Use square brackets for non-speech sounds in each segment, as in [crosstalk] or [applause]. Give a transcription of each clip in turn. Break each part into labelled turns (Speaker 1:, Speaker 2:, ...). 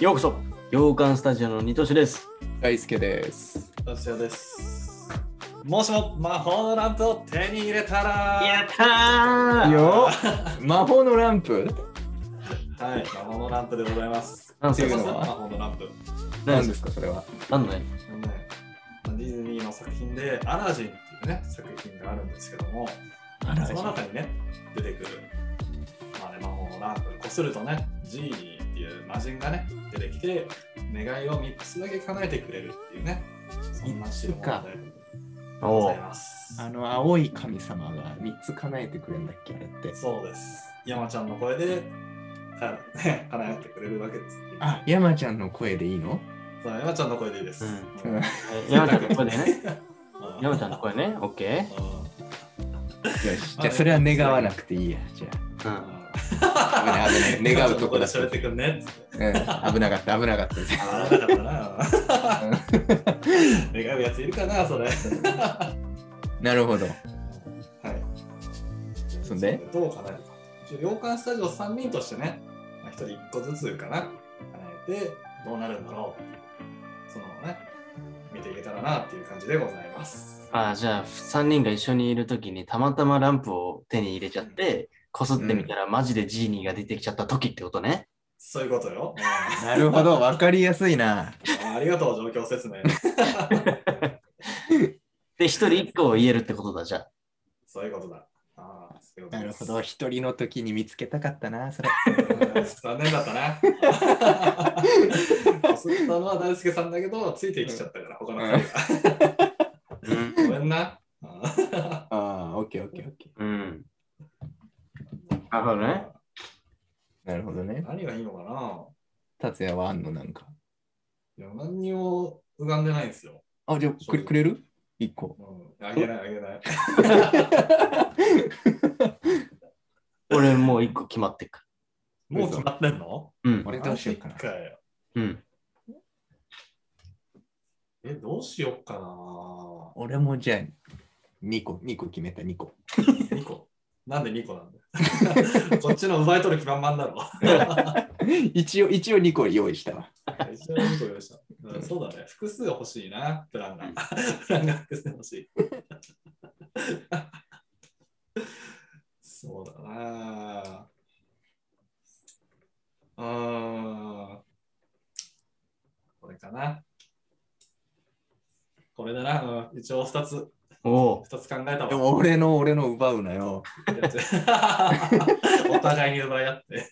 Speaker 1: ようこそ洋館スタジオの二トシです。
Speaker 2: 大輔です。
Speaker 3: 達也です。もしも魔法のランプを手に入れたら
Speaker 1: ったー
Speaker 2: よ魔法のランプ
Speaker 3: はい、魔法のランプでございます。
Speaker 1: なん
Speaker 2: ていう
Speaker 3: 魔
Speaker 2: のは
Speaker 3: 法のランプ。
Speaker 2: 何ですかそれは。
Speaker 1: なんない
Speaker 3: あのねディズニーの作品でアラジンっていうね、作品があるんですけども、その中にね、出てくる、まあね、魔法のランプ、こするとね、ジーニーっていう魔人がね、出てきて、願いを3つだけ叶えてくれるっていうね、そんな代物
Speaker 2: か
Speaker 3: で
Speaker 1: お
Speaker 3: ござ
Speaker 1: う
Speaker 3: います。
Speaker 2: あの青い神様が3つ叶えてくれるんだっけあれって。
Speaker 3: そうです。山ちゃんの声で、か [laughs] 叶えてくれるわけです。
Speaker 2: あ、山ちゃんの声でいいの
Speaker 3: そう山ちゃんの声でいいです。
Speaker 1: うん
Speaker 3: う
Speaker 2: うん
Speaker 3: ん
Speaker 1: 山ちゃんの声でね。
Speaker 3: う
Speaker 1: 山ちゃんの声ね。オッケ
Speaker 3: う
Speaker 2: よし。じゃあそれは願わなくていいや。じゃ
Speaker 1: ー。うんん。
Speaker 2: あ。危ない危 [laughs] ない。願うとこだ
Speaker 3: で
Speaker 2: った。う
Speaker 3: 喋ってくんねっつって。
Speaker 2: ん、危なかった危なかったです。
Speaker 3: あーなかったな。 [laughs] 願うやついるかな、それ。
Speaker 2: なるほど。
Speaker 3: はい。
Speaker 2: そんで
Speaker 3: どう叶えるか。一応、洋館スタジオ3人としてね、まあ、1人1個ずつかな、叶えて、どうなるんだろうっていう。そのね、見ていけたらなっていう感じでございます。
Speaker 1: あーじゃあ、3人が一緒にいるときにたまたまランプを手に入れちゃって、こすってみたらマジでジーニーが出てきちゃったときってことね。
Speaker 3: そういうことよ。
Speaker 2: [laughs] なるほど。わかりやすいな。
Speaker 3: あありがとう、状況
Speaker 2: [laughs]
Speaker 3: 説明。
Speaker 1: で、1人1個を言えるってことだじゃあ。
Speaker 3: そういうことだ。ああ、そういうこと
Speaker 2: な
Speaker 3: で
Speaker 2: る
Speaker 3: す
Speaker 2: ほど。一人の時に見つけたかったな。それ。
Speaker 3: [laughs] 残念だっ
Speaker 2: [laughs]
Speaker 3: たな。そうったのは大輔さんだけど、ついてきちゃったから、他の2人が。ごめんな。あ
Speaker 2: ああ、オッケーオッケーオッケ
Speaker 1: うん。なるほどね。
Speaker 2: ー。なるほどね。
Speaker 3: 何がいいのか
Speaker 2: 達也はあんのなんか。
Speaker 3: ないや何にも浮かんでないんですよ。
Speaker 2: あ、じゃあくれくれる ?1 個。
Speaker 3: うん、あげない、あげない。
Speaker 1: 俺もう1個決まってっか
Speaker 3: もう決まってんの
Speaker 1: ら。うん。
Speaker 2: [laughs] 俺どうしようかな
Speaker 3: マジ。よ
Speaker 1: うん。
Speaker 3: え、どうしよっかな。
Speaker 2: 俺もじゃあ2個、2個決めた、2個。
Speaker 3: 2個。なんで2個なんだよ [laughs] こっちの奪い取る気満々だろ。
Speaker 2: 一応、一応2個用意したわ。
Speaker 3: 一応2個用
Speaker 1: [laughs]
Speaker 3: 意した。うんそうだね。複数が欲しいな、プランが。プランが複数欲しい。そうだな。うーん。これかな。これだな。うん一応2つ、
Speaker 1: おう。
Speaker 3: 二つ考えた
Speaker 2: で
Speaker 3: わ。
Speaker 2: も俺の、俺の奪うなよ。
Speaker 3: [laughs] お互いに奪い合って。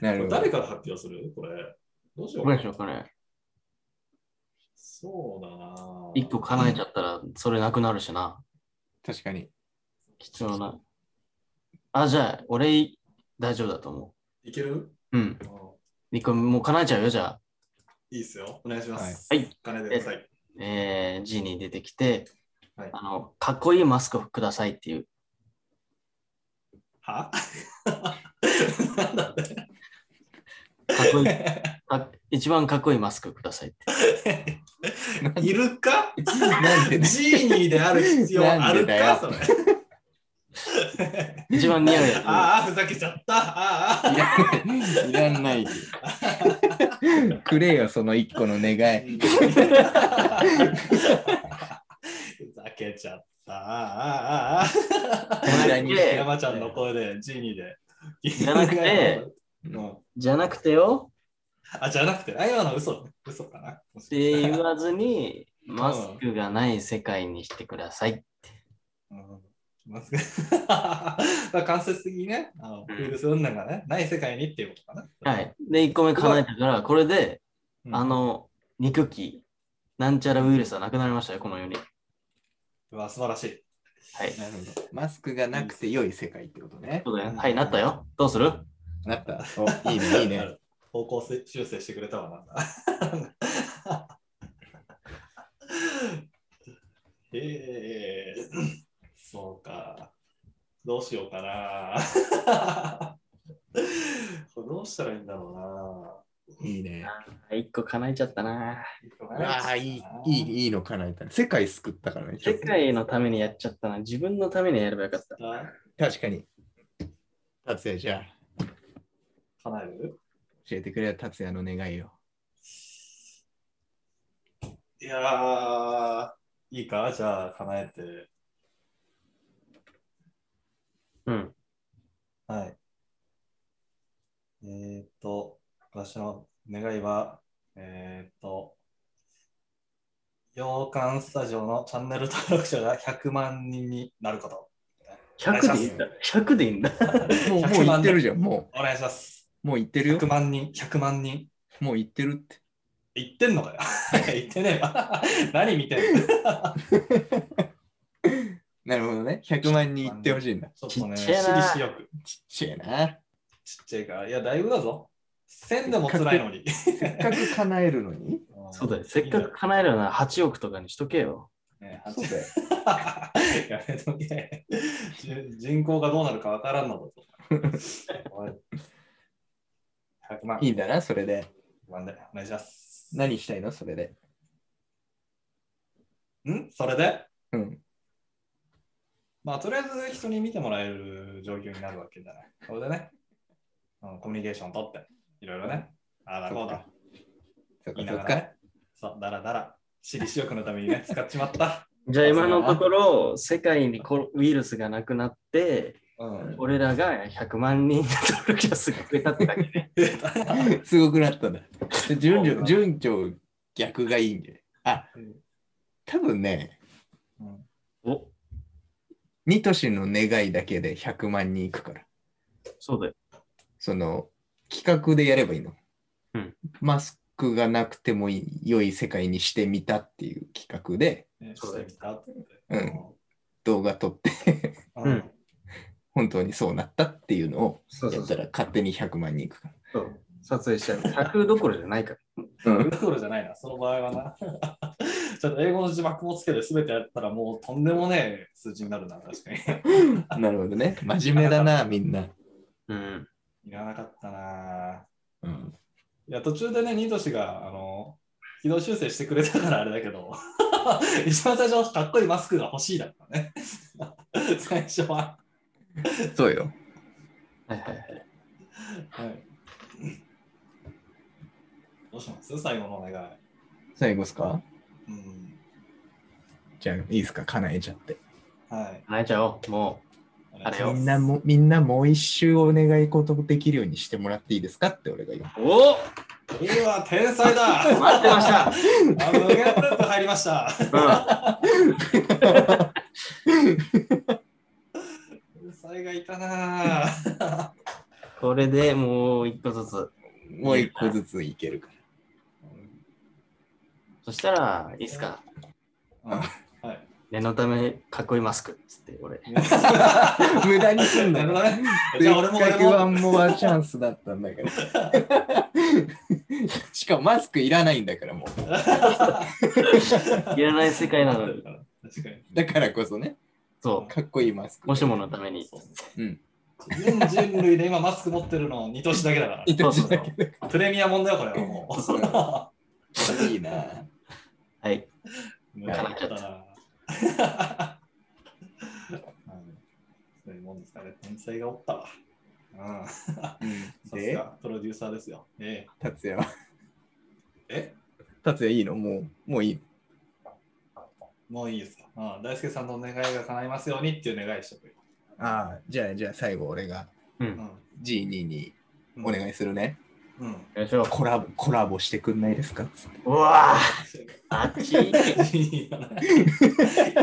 Speaker 2: なるほど
Speaker 3: 誰。から発表するこれ。どうしよう
Speaker 1: どうでしょうかね。
Speaker 3: そうだな。
Speaker 1: 一個叶えちゃったら、それなくなるしな。
Speaker 2: 確かに。
Speaker 1: 貴重な。あ、じゃあ、俺、大丈夫だと思
Speaker 3: いける
Speaker 1: う。うん。
Speaker 3: うん
Speaker 1: 一個、もう叶えちゃうよ、じゃあ。
Speaker 3: いいっすよ。お願いします。
Speaker 1: はいはい。
Speaker 3: 金でください。
Speaker 1: えー、G に出てきて、
Speaker 3: はい
Speaker 1: あの、かっこいいマスクをくださいっていう。
Speaker 3: は [laughs] なんだって。
Speaker 1: かっこいい
Speaker 3: [laughs]
Speaker 1: か一番かっこいいマスクをくださいって。
Speaker 3: いるか
Speaker 2: なん [laughs] でだ
Speaker 3: ジーニーである必要あるか
Speaker 2: な
Speaker 3: それ。
Speaker 1: 一番似合うやつ。
Speaker 3: ああ、ふざけちゃった。ああ。
Speaker 2: いらない。いらない。くれよ、その1個の願い。
Speaker 3: ふざけちゃった。ああああああ。
Speaker 1: じゃなく
Speaker 2: ええ
Speaker 1: て、
Speaker 3: 山ちゃんの声で、ジーニーで。
Speaker 1: じゃなくて
Speaker 3: うん、
Speaker 1: じゃなくてよ
Speaker 3: あ、じゃなくて、あ、今の嘘、嘘かな。
Speaker 1: って言わずに、マスクがない世界にしてください。
Speaker 3: うんマスクまあ [laughs] 間接的にね、あの
Speaker 1: う
Speaker 3: ウ
Speaker 1: ん
Speaker 3: イルス云々がね、ない世界にっていうことかな。
Speaker 1: はい。で、1個目叶えたから、これで、
Speaker 3: うん
Speaker 1: あ、の、憎き、なんちゃらウイルスはなくなりましたよ、この世に。
Speaker 3: うわ、素晴らしい。
Speaker 1: はい。
Speaker 2: なるほど。マスクがなくて良い世界ってことね。
Speaker 1: そうだよ。はい、なったよ。どうする
Speaker 2: なった。おいいね、いいね。。
Speaker 3: 方向せ修正してくれたわ、なんだ。 [laughs] へえそうか。どうしようかな。 [laughs] これどうしたらいいんだろ
Speaker 2: いいね。
Speaker 1: 1個叶えちゃったな。
Speaker 3: うな。
Speaker 2: わあ、いい、いい、いいの叶えたね。世界救ったからね。ちょ
Speaker 1: 世
Speaker 2: っと
Speaker 1: 界のためにやっちゃったな。自分のためにやればよかった。
Speaker 3: あ。
Speaker 2: 確かに。達也、じゃあ、
Speaker 3: 叶える
Speaker 2: 教えてくれよ、達也の願いを。
Speaker 3: いやー、いいかじゃあ、叶えて。
Speaker 1: うん。
Speaker 3: はい。えーっと、私の願いは、えーっと、洋館スタジオのチャンネル登録者が100万人になること。
Speaker 1: 100でいいんだ。100でいいんだ。
Speaker 2: もう、もう言ってるじゃん。も
Speaker 3: お願いします。
Speaker 2: う、もう言ってるよ
Speaker 3: 100。万人、100万人。
Speaker 2: もう言ってるって。
Speaker 3: 言ってんのかよ。 [laughs] 言ってねえわ。 [laughs] 何見てんの
Speaker 2: なるほどね。100万人言ってほしいんだ。
Speaker 3: ちょっとね、
Speaker 1: ちっ
Speaker 3: 私
Speaker 1: ちゃいな
Speaker 3: 利私欲。
Speaker 2: ちっちゃいな。
Speaker 3: ちっちゃいから。いや、だいぶだぞ。1000でも辛いのに。
Speaker 2: せっかく叶えるのに。
Speaker 1: [laughs] そうだよ。せっかく叶えるなら8億とかにしとけよ。
Speaker 3: ね
Speaker 2: [laughs] そうだよ。
Speaker 3: やめとけ。人人口がどうなるかわからんのだと。おい100万。
Speaker 2: いいんだな、それで。
Speaker 3: 100万でお願いします。
Speaker 2: 何したいの、それで。
Speaker 3: んそれで
Speaker 2: うん。
Speaker 3: まあ、とりあえず人に見てもらえる状況になるわけじゃない。それでね、うん、コミュニケーション取って、いろいろね、ああだこうだ、
Speaker 2: そっ
Speaker 3: 言
Speaker 2: かそ
Speaker 3: いな
Speaker 2: っ
Speaker 3: がら
Speaker 2: か。
Speaker 3: ね、そう、だらだら、私利私欲のためにね、使っちまった。
Speaker 1: じゃあ今のところ、世界にコロウイルスがなくなって、
Speaker 3: うん。 [laughs]
Speaker 1: 俺らが100万人の登録者数が増えたってだけで。
Speaker 2: [laughs] すごくなったんだ。順序、順序逆がいいんで。あ
Speaker 3: うん、
Speaker 2: 多分ね、
Speaker 3: うん
Speaker 1: [laughs] お、
Speaker 2: ニトシの願いだけで100万人いくから。
Speaker 1: そうだよ。
Speaker 2: その、企画でやればいいの。
Speaker 1: うん
Speaker 2: マスクがなくてもいい良い世界にしてみたっていう企画で、
Speaker 3: ね
Speaker 1: そうだよ
Speaker 3: してみたって
Speaker 2: うん、動画撮って、
Speaker 1: う
Speaker 3: うんん。
Speaker 2: 本当にそうなったっていうのを
Speaker 1: そう
Speaker 2: やったら勝手に100万人いくか
Speaker 1: そう撮影しちゃう。100どころじゃないから。
Speaker 2: ら。
Speaker 3: どころじゃないな、その場合はな。 [laughs] ちょっと英語の字幕もつけて全てやったらもうとんでもねえ数字になるな、確か
Speaker 2: [laughs]
Speaker 3: に。[laughs]
Speaker 2: なるほどね。真面目だな、みんな。
Speaker 1: うん。
Speaker 3: いらなかったな。
Speaker 2: うん、
Speaker 3: いや、途中でね、ニトシが、あの、軌道修正してくれたからあれだけど、 [laughs] 一番最初、かっこいいマスクが欲しいだったね。 [laughs] 最初は。
Speaker 2: そうよ。
Speaker 1: はいはいはい。
Speaker 3: はい。どうします最後のお願い。
Speaker 2: 最後っすか
Speaker 3: うん。
Speaker 2: じゃあ、いいっすか叶えちゃって。
Speaker 3: はい。
Speaker 1: 泣いちゃおう。も
Speaker 3: お願いします
Speaker 1: あれよ
Speaker 2: みんなも、みんなもう一周お願い事できるようにしてもらっていいですかって俺が言う。
Speaker 1: う。お
Speaker 3: うわ、天才だあ
Speaker 1: [laughs] 待ってました。
Speaker 3: 無限ループ入りました
Speaker 1: うん。
Speaker 3: 天才がいたなぁ。
Speaker 2: [laughs]
Speaker 1: これでもう一個ずつ。
Speaker 2: もう一個ずついけるか
Speaker 1: そしたら、いいっすか。
Speaker 3: うんはい。
Speaker 1: 念のため、かっこいいマスク。つって、俺。
Speaker 2: ら。 [laughs] 無駄にすんだ
Speaker 3: なるほ
Speaker 2: よ
Speaker 3: ど。
Speaker 2: [laughs]
Speaker 3: ね。
Speaker 2: せ
Speaker 3: じ
Speaker 2: っ
Speaker 3: ゃあ俺も俺
Speaker 2: かくワ
Speaker 3: も。
Speaker 2: ンモアチャンスだったんだから。 [laughs] しかもマスクいらないんだからもう。
Speaker 1: いらない世界なの
Speaker 3: [laughs]
Speaker 1: に。
Speaker 3: 確かに。
Speaker 2: だからこそね、
Speaker 1: そ
Speaker 2: かっこいいマス
Speaker 1: う。
Speaker 2: ク。
Speaker 1: もしものために。
Speaker 2: うん。
Speaker 3: 全人類で今マスク持ってるの、ニトシだけだから。
Speaker 2: いたち
Speaker 1: そ
Speaker 2: だ
Speaker 1: う
Speaker 2: けど。
Speaker 3: プレミアもんだよ、これはもう。
Speaker 2: そう
Speaker 3: か
Speaker 2: [laughs] いいな。
Speaker 1: [laughs] はい。
Speaker 3: なったな。うんそういうもんですかね。天才がおったわ。うん。さす
Speaker 2: で、
Speaker 3: がプロデューサーですよ。え
Speaker 2: 達也は。
Speaker 3: ええ
Speaker 2: 達也いいのもう、もういい。
Speaker 3: もういいですか。うん、大輔さんのお願いが叶いますようにっていう願いしとくよ。
Speaker 2: ああ、じゃあ、じゃあ最後俺が
Speaker 1: う。
Speaker 3: うん
Speaker 2: G2 に
Speaker 3: ん。
Speaker 2: お願いするね。
Speaker 3: うん。
Speaker 1: よいしょ。
Speaker 2: コラボ、コラボしてくんないですかつって
Speaker 1: うわぁ、あっち。
Speaker 3: いい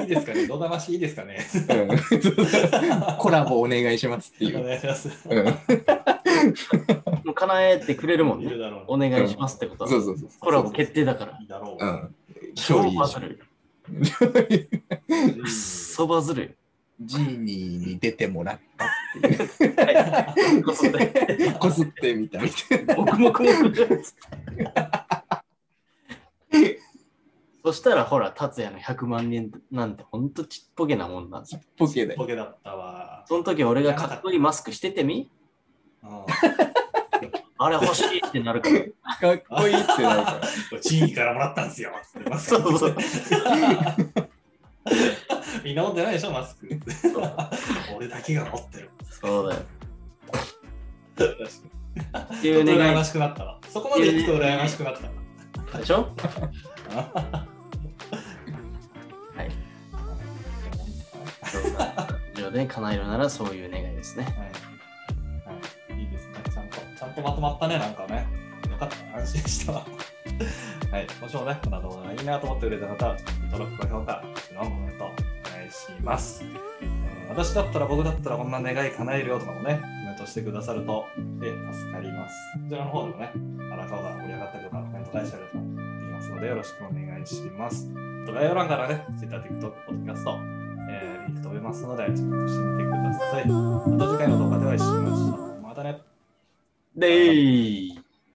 Speaker 3: ですかね。動画ましいいですかね。
Speaker 2: [laughs] コラボお願いしますってい
Speaker 3: お
Speaker 2: う。
Speaker 3: 願いします。
Speaker 2: うん
Speaker 1: もう叶えてくれるもん
Speaker 3: い
Speaker 1: ね。
Speaker 3: るだろう
Speaker 1: お
Speaker 3: ね。
Speaker 1: 願いしますってこと。
Speaker 2: そうそうそう。
Speaker 1: コラボ決定だから
Speaker 3: い。いだろ
Speaker 2: う
Speaker 3: う。
Speaker 2: ん。超いい
Speaker 1: バ
Speaker 2: じゃ
Speaker 1: ズ
Speaker 2: ん
Speaker 1: る。
Speaker 3: いい
Speaker 1: くっそバズるよ。
Speaker 2: ジーニーに出てもらっ
Speaker 1: はいこそで
Speaker 2: て、こすってみたい
Speaker 1: 黙々黙々そしたらほら、達也の100万人なんてほんとちっぽけなもんなんですよ。
Speaker 2: ポケで。
Speaker 3: ボケだったわ。
Speaker 1: その時俺がかっこいいマスクしててみ
Speaker 3: うん
Speaker 1: あれ欲しいってなるから。
Speaker 2: かっこいいってなるから。
Speaker 3: これチーニからもらったんですよ。
Speaker 1: [laughs] そうそう。
Speaker 3: みんな持ってないでしょ、マスク。俺だけが持ってる。
Speaker 1: そうだよ。
Speaker 3: 確かに
Speaker 1: って
Speaker 3: ち
Speaker 1: い
Speaker 3: ょ
Speaker 1: う
Speaker 3: っと羨
Speaker 1: 願
Speaker 3: ま
Speaker 1: い
Speaker 3: しくなったわ。そこまで行くと羨ましくなったわ。
Speaker 1: でしょ
Speaker 3: [laughs]
Speaker 1: はい。そう [laughs] か以上で叶えるならそういう願いですね。
Speaker 3: はい、はい、いいですね。ちゃんと、ちゃんとまとまったね、なんかね。よかった、安心した [laughs] わ。はい、もしもね、この動画がいいなと思ってくれた方、登録、高評価、のコメント、お願いします。えー私だったら、僕だったら、こんな願い叶えるよとかもね、コメントしてくださると、で、助かります。こちらの方でもね、荒川が盛り上がったりとか、コメント返したりとか、できますので、よろしくお願いします。あと概要欄からね、Twitter、TikTok、ポッドキャスト、えー、リンク飛べますので、チェックしてみてください。また次回の動画でお会いしましょう。またね。
Speaker 1: でー